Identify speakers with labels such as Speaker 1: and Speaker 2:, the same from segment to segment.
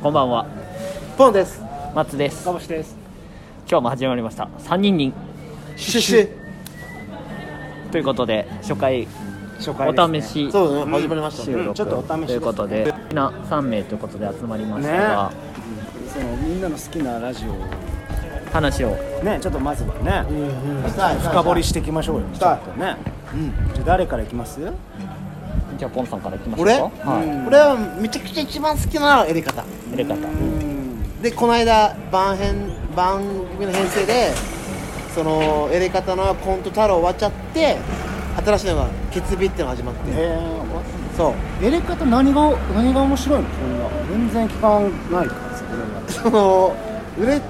Speaker 1: こんばんは
Speaker 2: ポンです。
Speaker 1: 松です
Speaker 2: かぼしです。
Speaker 1: 今日も始まりました3人に
Speaker 2: シュシュ。
Speaker 1: ということで初回
Speaker 2: 初回です
Speaker 1: お
Speaker 2: ね
Speaker 1: 試し
Speaker 2: そうですね。始まりましたね。
Speaker 1: 収録
Speaker 2: ちょっとお試しです
Speaker 1: ということでな3名ということで集まりましたが
Speaker 2: そのみんなの好きなラジオを
Speaker 1: 話を
Speaker 2: ね、ちょっとまずはね、深掘りしていきましょうよ。ちょっとね。じゃあ誰からいきます？
Speaker 1: じゃあポンさんからいきましょう
Speaker 3: 俺、
Speaker 1: かは
Speaker 3: 俺はめちゃくちゃ一番好きなのはエレカタ
Speaker 1: いエレカタ
Speaker 3: でこの間番編番組の編成でそのエレカタのコント太郎終わっちゃって新しいのが「決日」ってのが始まって
Speaker 2: え
Speaker 3: そう
Speaker 2: え。エレカタ何が何が面白いの？そんな全然聞かないからそれは。
Speaker 3: その売れ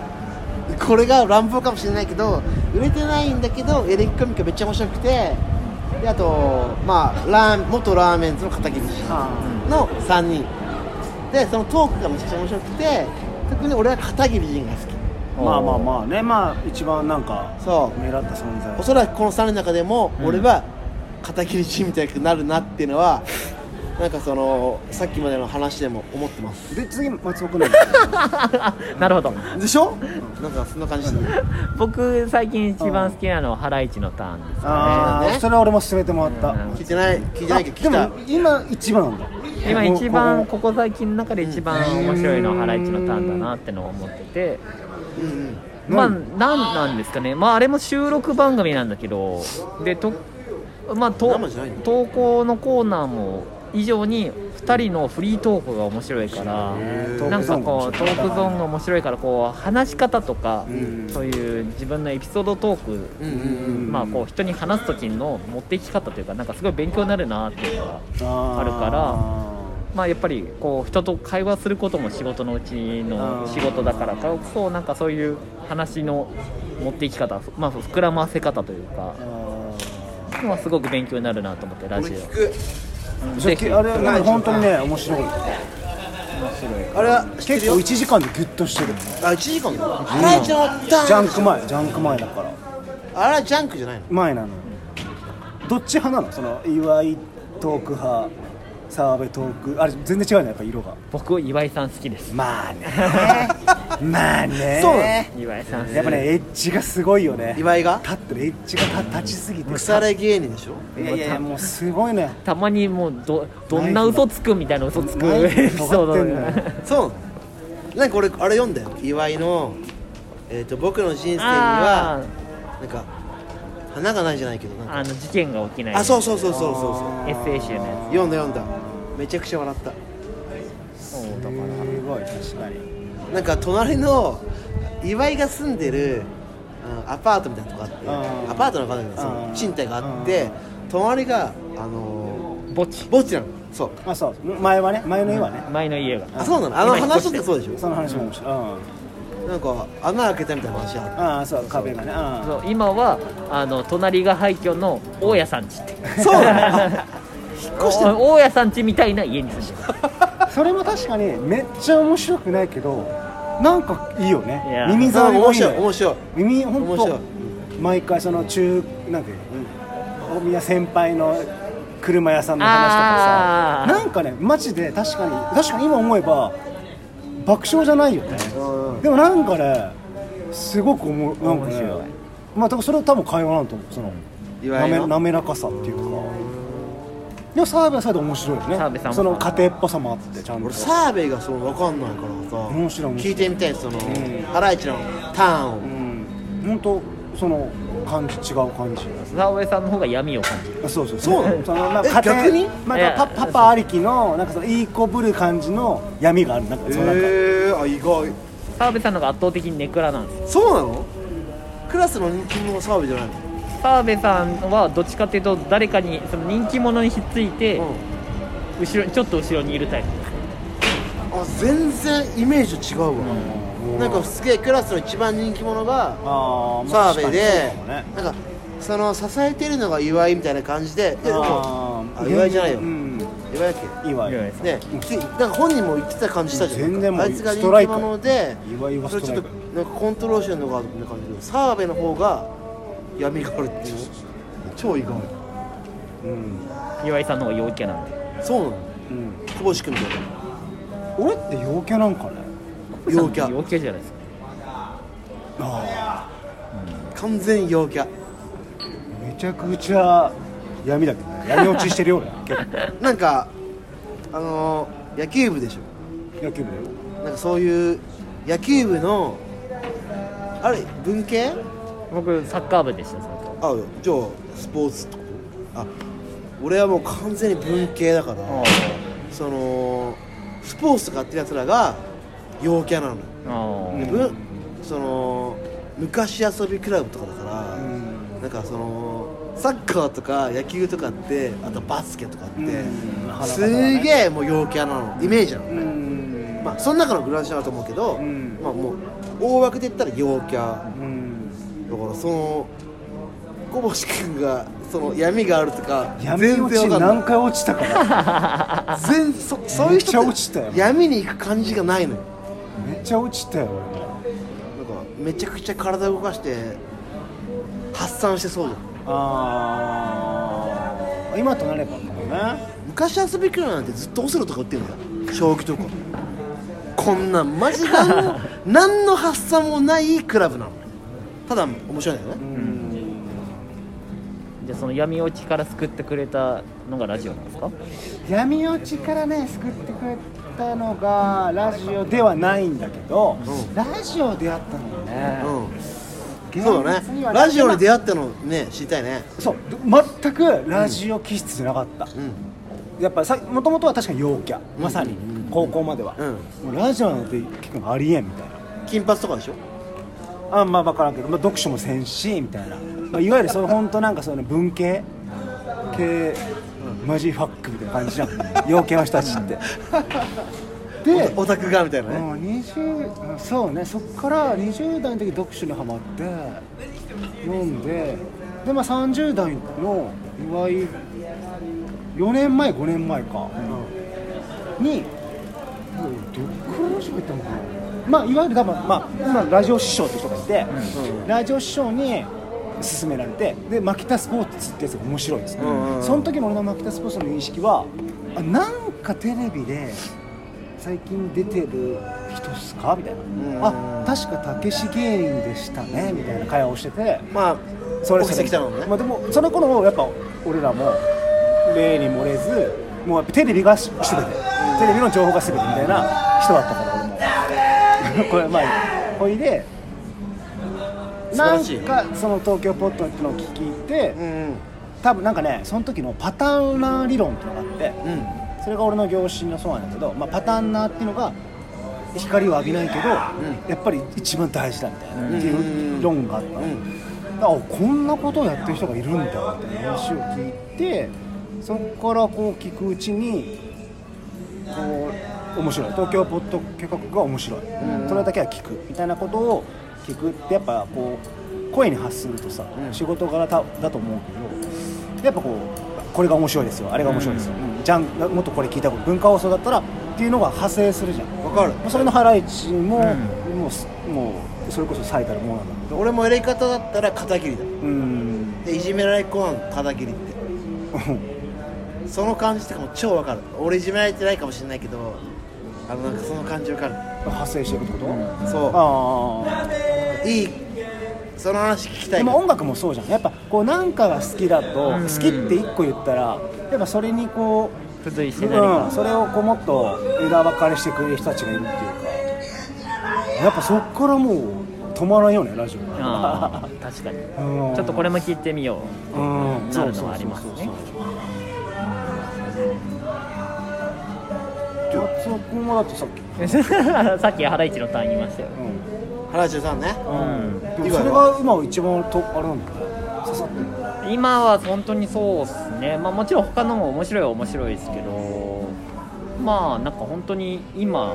Speaker 3: これが乱暴かもしれないけど売れてないんだけどエレキコミックがめっちゃ面白くてであと、まあ、ラー元ラーメンズの片桐
Speaker 2: あ
Speaker 3: の3人でそのトークがめちゃくちゃ面白くて特に俺は片桐仁が好き
Speaker 2: まあまあまあね、まあ一番なんか
Speaker 3: そう
Speaker 2: 目立った存在
Speaker 3: お。そらくこの3人の中でも俺は片桐仁みたいになるなっていうの は、なんかそのさっきまでの話でも思ってます
Speaker 2: で次松尾君なん
Speaker 1: なるほど
Speaker 3: でしょ、なんかそんな感じする
Speaker 1: 僕最近一番好きなのはハライチのターンですか
Speaker 2: ああ、それは俺も勧めてもらった。
Speaker 1: うん
Speaker 3: 聞いてない聞いてないけど聞い
Speaker 2: あ
Speaker 3: た
Speaker 2: でも今一番なんだ
Speaker 1: ね今一
Speaker 2: こ
Speaker 1: 番
Speaker 2: こ
Speaker 1: ここ最近の中で一番面白いのはハライチのターンだなってのを思ってて
Speaker 3: うんうん
Speaker 1: まあ
Speaker 2: う
Speaker 1: 何なんですかねまああれも収録番組なんだけどでとまあと
Speaker 3: 生じゃないの
Speaker 1: 投稿のコーナーも以上に2人のフリートークが面白いから
Speaker 2: ー
Speaker 1: なんかこうト
Speaker 2: トー
Speaker 1: ー
Speaker 2: クゾーン
Speaker 1: クゾーンが
Speaker 2: が面白い
Speaker 1: 面白いからこう話し方とか
Speaker 3: ん
Speaker 1: そういう自分のエピソードトーク
Speaker 3: うんうんうん
Speaker 1: まあこう人に話す時の持っていき方というかなんかすごい勉強になるなっていうのがあるからまあやっぱりこう人と会話することも仕事のうちの仕事だからこそなんかそういう話の持っていき方まあ膨らませ方というかまあすごく勉強になるなと思ってラジオ
Speaker 3: 聞く
Speaker 1: ぜひ
Speaker 2: らあれはね本当にね面白い
Speaker 3: あれは知ってる
Speaker 2: 結
Speaker 3: よ
Speaker 2: 構1時間でギュッとしてる
Speaker 3: あ1時間だあらジャンク
Speaker 2: ジャンク前ジャンク前だから
Speaker 3: あらジャンクじゃないの
Speaker 2: 前なのよどっち派なのその岩井トーク派澤部トークあれ全然違うねやっぱ色が
Speaker 1: 僕岩井さん好きです
Speaker 2: まあね まあね
Speaker 3: そうなの
Speaker 1: 岩井さん好き
Speaker 2: やっぱねエッジがすごいよね
Speaker 3: 岩井が
Speaker 2: 立ってるエッジが立立ちすぎて
Speaker 3: 腐れ芸人でしょ
Speaker 2: いやいやいやもうすごいね
Speaker 1: たまにもうどどんな嘘つくみたいな嘘つく エピソード
Speaker 2: 尖ってんの
Speaker 1: が
Speaker 2: よ
Speaker 3: そうなのなんか俺あれ読んだよ岩井の、えーと「僕の人生に
Speaker 1: あ
Speaker 3: はなんか花がないじゃないけどなん
Speaker 1: ー
Speaker 3: か
Speaker 1: あの事件が起きない
Speaker 3: あそうそうそうそうそうそう
Speaker 1: エッセイ集のや
Speaker 3: 読んだ読んだめちゃくちゃ笑った
Speaker 1: つそう
Speaker 2: す
Speaker 1: だから
Speaker 2: ごい確かに
Speaker 3: なんか隣の岩井が住んでるあのアパートみたいなとこあって
Speaker 2: うん
Speaker 3: アパートの方がその
Speaker 2: うん
Speaker 3: 賃貸があって隣があの
Speaker 1: 墓地
Speaker 3: 墓地なのそう
Speaker 2: まあそう前はね前の絵はね、
Speaker 1: 前の家が
Speaker 3: あそうなのあの
Speaker 1: 今引っ越
Speaker 3: 話
Speaker 1: して
Speaker 3: ってそうでしょ
Speaker 2: その話も面白い、うん、
Speaker 3: なんか穴開けたみたいな話あ
Speaker 2: ああそう壁がねあ
Speaker 1: そう今はあの隣が廃墟の大家さん家って
Speaker 3: ってそう な の
Speaker 1: 引っ越して大家さん家みたいな家に住んでる
Speaker 2: あそれも確かにめっちゃ面白くないけどなんかいいよね
Speaker 1: いや
Speaker 2: 耳
Speaker 3: あ
Speaker 2: 障りも
Speaker 3: 面
Speaker 2: いいの
Speaker 3: 白い
Speaker 2: よ
Speaker 3: 面白い
Speaker 2: 耳本
Speaker 3: 面白い
Speaker 2: 当毎回その中なんていうの大宮先輩の車屋さんの話
Speaker 1: あ
Speaker 2: とかさ
Speaker 1: ー
Speaker 2: なんかねマジで確かに確かに今思えば爆笑じゃないよね
Speaker 3: うん
Speaker 2: でもなんかねすごく思うなん
Speaker 1: 面
Speaker 2: かね
Speaker 1: 白い
Speaker 2: まあ多分それは多分会話なんだと思うその
Speaker 3: 岩
Speaker 2: な
Speaker 3: 井
Speaker 2: め
Speaker 3: の
Speaker 2: 滑らかさっていうかでも澤部は澤部で面白いよね
Speaker 1: 澤部さんも
Speaker 2: その家庭っぽさもあってちゃんと
Speaker 3: 俺澤部がその分かんないからさ
Speaker 2: 面白い面白
Speaker 3: 聞
Speaker 2: い
Speaker 3: いてみたいその
Speaker 2: ん
Speaker 3: ハライチのターンを
Speaker 2: うん本当その感じ違う感じ
Speaker 1: 澤部さんの方が闇を感じる
Speaker 2: あそうそう
Speaker 3: そうなの
Speaker 2: そのまあ家
Speaker 3: え
Speaker 2: 庭
Speaker 3: 逆に
Speaker 2: まあ
Speaker 1: いや
Speaker 2: パパパありきのなんかそのいい子ぶる感じの闇があるなんかそのなんか、
Speaker 3: えーあ意外
Speaker 1: 澤部さんの方が圧倒的にネクラなんです
Speaker 3: そうなのクラスの人気者は澤部じゃないの
Speaker 1: 澤部さんはどっちかっていうと誰かにその人気者にひっついて、
Speaker 3: う
Speaker 1: 後ろちょっと後ろにいるタイプ
Speaker 3: んあ全然イメージと違うわなんかすげえクラスの一番人気者が
Speaker 2: あーまあ
Speaker 3: 澤部
Speaker 2: 確か
Speaker 3: で
Speaker 2: にそうかもね
Speaker 3: なんかその支えてるのが岩井みたいな感じでいやでも
Speaker 2: あ
Speaker 3: あ
Speaker 2: ー
Speaker 3: 岩井じゃないよ
Speaker 2: うん
Speaker 3: 岩井だっ
Speaker 2: 岩井
Speaker 1: 岩井さ
Speaker 3: けねきなんか本人も言ってた感じしたじゃん
Speaker 2: 全然もう
Speaker 3: あいつが
Speaker 2: ス
Speaker 3: 人
Speaker 2: トラ
Speaker 3: 気
Speaker 2: イカー
Speaker 3: 者で
Speaker 2: 岩井は
Speaker 3: そ
Speaker 2: ス
Speaker 3: れ
Speaker 2: ト
Speaker 3: ちょ
Speaker 2: ライ
Speaker 3: っと
Speaker 2: ク
Speaker 3: なんかコントロールしてるのかなって感じで澤部の方が闇があるっていう超意外
Speaker 2: うん
Speaker 1: 岩井さんの方が陽キャなんで
Speaker 3: そうな
Speaker 2: う
Speaker 3: の
Speaker 2: ん
Speaker 3: 久保志君みたいな
Speaker 2: 俺って陽キャなんかね
Speaker 3: 陽キャ
Speaker 1: 陽キャじゃないですか
Speaker 2: あ
Speaker 3: 完全陽キャ
Speaker 2: あめちゃくちゃ闇だけどね闇落ちしてるような結構
Speaker 3: なんかあのー野球部でしょ
Speaker 2: 野球部だよ
Speaker 3: なんかそういう野球部のあれ文系
Speaker 1: 僕サッカー部でしたその時
Speaker 3: あじゃあスポーツってことあ俺はもう完全に文系だから
Speaker 1: あ
Speaker 3: そのスポーツとかやってるやつらが陽キャなのよ
Speaker 1: ああ
Speaker 3: でぶその昔遊びクラブとかだから、
Speaker 2: ん
Speaker 3: なんかそのサッカーとか野球とかってあとバスケとかって、
Speaker 2: うん
Speaker 3: すげえもう陽キャなのイメージなの、
Speaker 2: うん
Speaker 3: まあその中のグランシャだと思うけど、
Speaker 2: うん
Speaker 3: まあもう大枠で言ったら陽キャ、
Speaker 2: うん
Speaker 3: だからその小星君がその闇があるとか
Speaker 2: 闇落ち
Speaker 3: 全然わかん
Speaker 2: 何
Speaker 3: ない
Speaker 2: 回落ちたかな
Speaker 3: 全そそうい
Speaker 2: め
Speaker 3: う人
Speaker 2: っちゃ落ちたよ
Speaker 3: って闇に行く感じがないのよ
Speaker 2: めっちゃ落ちたよ俺
Speaker 3: なんかめちゃくちゃ体動かして発散してそうじゃん
Speaker 2: ああ今となればもうね
Speaker 3: 昔遊びクラブなんてずっとオセロとか売ってるんだよ正気とかこんなんマジ何の 何の発散もないクラブなのただ面白いんだよね
Speaker 1: じゃあその闇落ちから救ってくれたのがラジオなんですか
Speaker 2: 闇落ちからね救ってくれたのがラジオではないんだけど、
Speaker 3: うん
Speaker 2: ラジオであったのよね、
Speaker 3: うんそうだ
Speaker 2: 現実に
Speaker 3: ね
Speaker 2: は
Speaker 3: ラジオで出会ったのね知りたいね
Speaker 2: そう全くラジオ気質じゃなかった、
Speaker 3: うん
Speaker 2: やっぱさもともとは確かに陽キャまさに高校までは、
Speaker 3: う
Speaker 2: もうラジオなんて結構ありえんみたいな
Speaker 3: 金髪とかでしょ
Speaker 2: あんまあ分からんけど、まあ、読書もせんしみたいな、まあ、いわゆるそう本当なんかその文系系マジファックみたいな感じじゃん陽キャの人たち ってで
Speaker 3: オタクがみたいなね
Speaker 2: もう20そうねそっから20代の時読書にはまって飲んでで、まあ、30代の岩井4年前5年前か、にどっからラジオ行ったのかなまあいわゆる多分、まあ、今ラジオ師匠って人がいて、ラジオ師匠に勧められてでマキタスポーツってやつが面白いんですね、
Speaker 3: うんうんうん
Speaker 2: その時の俺のマキタスポーツの認識はあなんかテレビで最近出てる人っすかみたい
Speaker 3: ん
Speaker 2: なあ確かたけし芸人でしたねみたいな会話をしてて
Speaker 3: まあ
Speaker 2: それ
Speaker 3: 起きてきたのね
Speaker 2: まあ、でもその頃もやっぱ俺らも例に漏れずもうやっぱテレビが全てテレビの情報が全てみたいな人だったから俺も これまあほいで
Speaker 3: 素晴
Speaker 2: な
Speaker 3: ら
Speaker 2: ん
Speaker 3: しい
Speaker 2: かその東京ポットってのを聞いて
Speaker 3: うん
Speaker 2: 多分なんかねその時のパターンナー理論っていうのがあって
Speaker 3: うんうん
Speaker 2: それが俺の業種のそうなんだけど、まあ、パターンナーっていうのが光を浴びないけど、やっぱり一番大事だみたいな、っていう論があったの、あこんなことをやってる人がいるんだみたいな話を聞いてそこからこう聞くうちにこう面白い東京ポッド計画が面白い、それだけは聞くみたいなことを聞くってやっぱこう声に発するとさ、
Speaker 3: うん
Speaker 2: 仕事柄だだと思うけどやっぱこうこれが面白いですよあれが面白いですよ、じゃんもっとこれ聞いたこと文化放送だったらっていうのが派生するじゃん
Speaker 3: わかる
Speaker 2: まあそれのハライチも、
Speaker 1: う
Speaker 2: もうすもうそれこそ最たるものなんだけど
Speaker 3: 俺もやり方だったら片桐だ
Speaker 2: うん
Speaker 3: でいじめられっ子なの片桐ってその感じとかも超わかる俺いじめられてないかもしれないけどあのなんかその感じわかる
Speaker 2: 発生していくってこと、
Speaker 3: そ
Speaker 2: ああ
Speaker 3: ういいその話聞きた
Speaker 2: で
Speaker 3: い
Speaker 2: も音楽もそうじゃんやっぱこうなんかが好きだと、
Speaker 1: うん
Speaker 2: 好きって一個言ったらやっぱそれにこ
Speaker 1: 付随し
Speaker 2: う、
Speaker 1: て何か、
Speaker 2: うんそれをこうもっと枝分かれしてくれる人たちがいるっていうかやっぱそっからもう止まらんよねラジオが
Speaker 1: ああ確かにち
Speaker 2: うん
Speaker 1: ょっとこれも聞いてみよう
Speaker 2: うん
Speaker 1: なるのはありますね
Speaker 2: 松尾君はだってさっき、
Speaker 1: さっきハライチのターン言いましたよ
Speaker 2: うん
Speaker 3: 原中さんね
Speaker 1: ん
Speaker 2: でもそれが今一番とあれなんだよね刺さってる
Speaker 1: 今は本当にそうですね、まあ、もちろん他のも面白いは面白いですけどまあなんか本当に今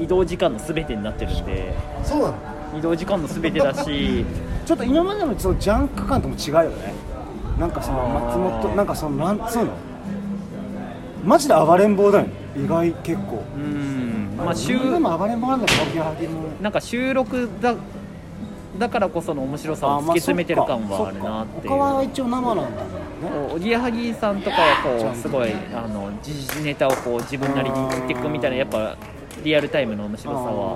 Speaker 1: 移動時間の全てになってるんで
Speaker 3: そうなの
Speaker 1: 移動時間の全てだ し
Speaker 2: ちょっと今までのそのジャンク感とも違うよねなんかその
Speaker 1: あー
Speaker 2: 松本なんかそのなんつうのマジで暴れん坊だよね意外結構
Speaker 1: うんまあ
Speaker 2: 週
Speaker 1: 週
Speaker 2: でも暴れん坊なんだけどおぎやはぎも
Speaker 1: なんか収録だだからこその面白さを突き詰めてる感はあるなっていう
Speaker 2: 他は一応生なんだもんね
Speaker 1: おぎやはぎさんとかは
Speaker 2: ち
Speaker 1: こ
Speaker 2: ゃ
Speaker 1: う
Speaker 2: んと
Speaker 1: すごいあの時事ネタをこう自分なりに言っていくみたいなやっぱリアルタイムの面白さは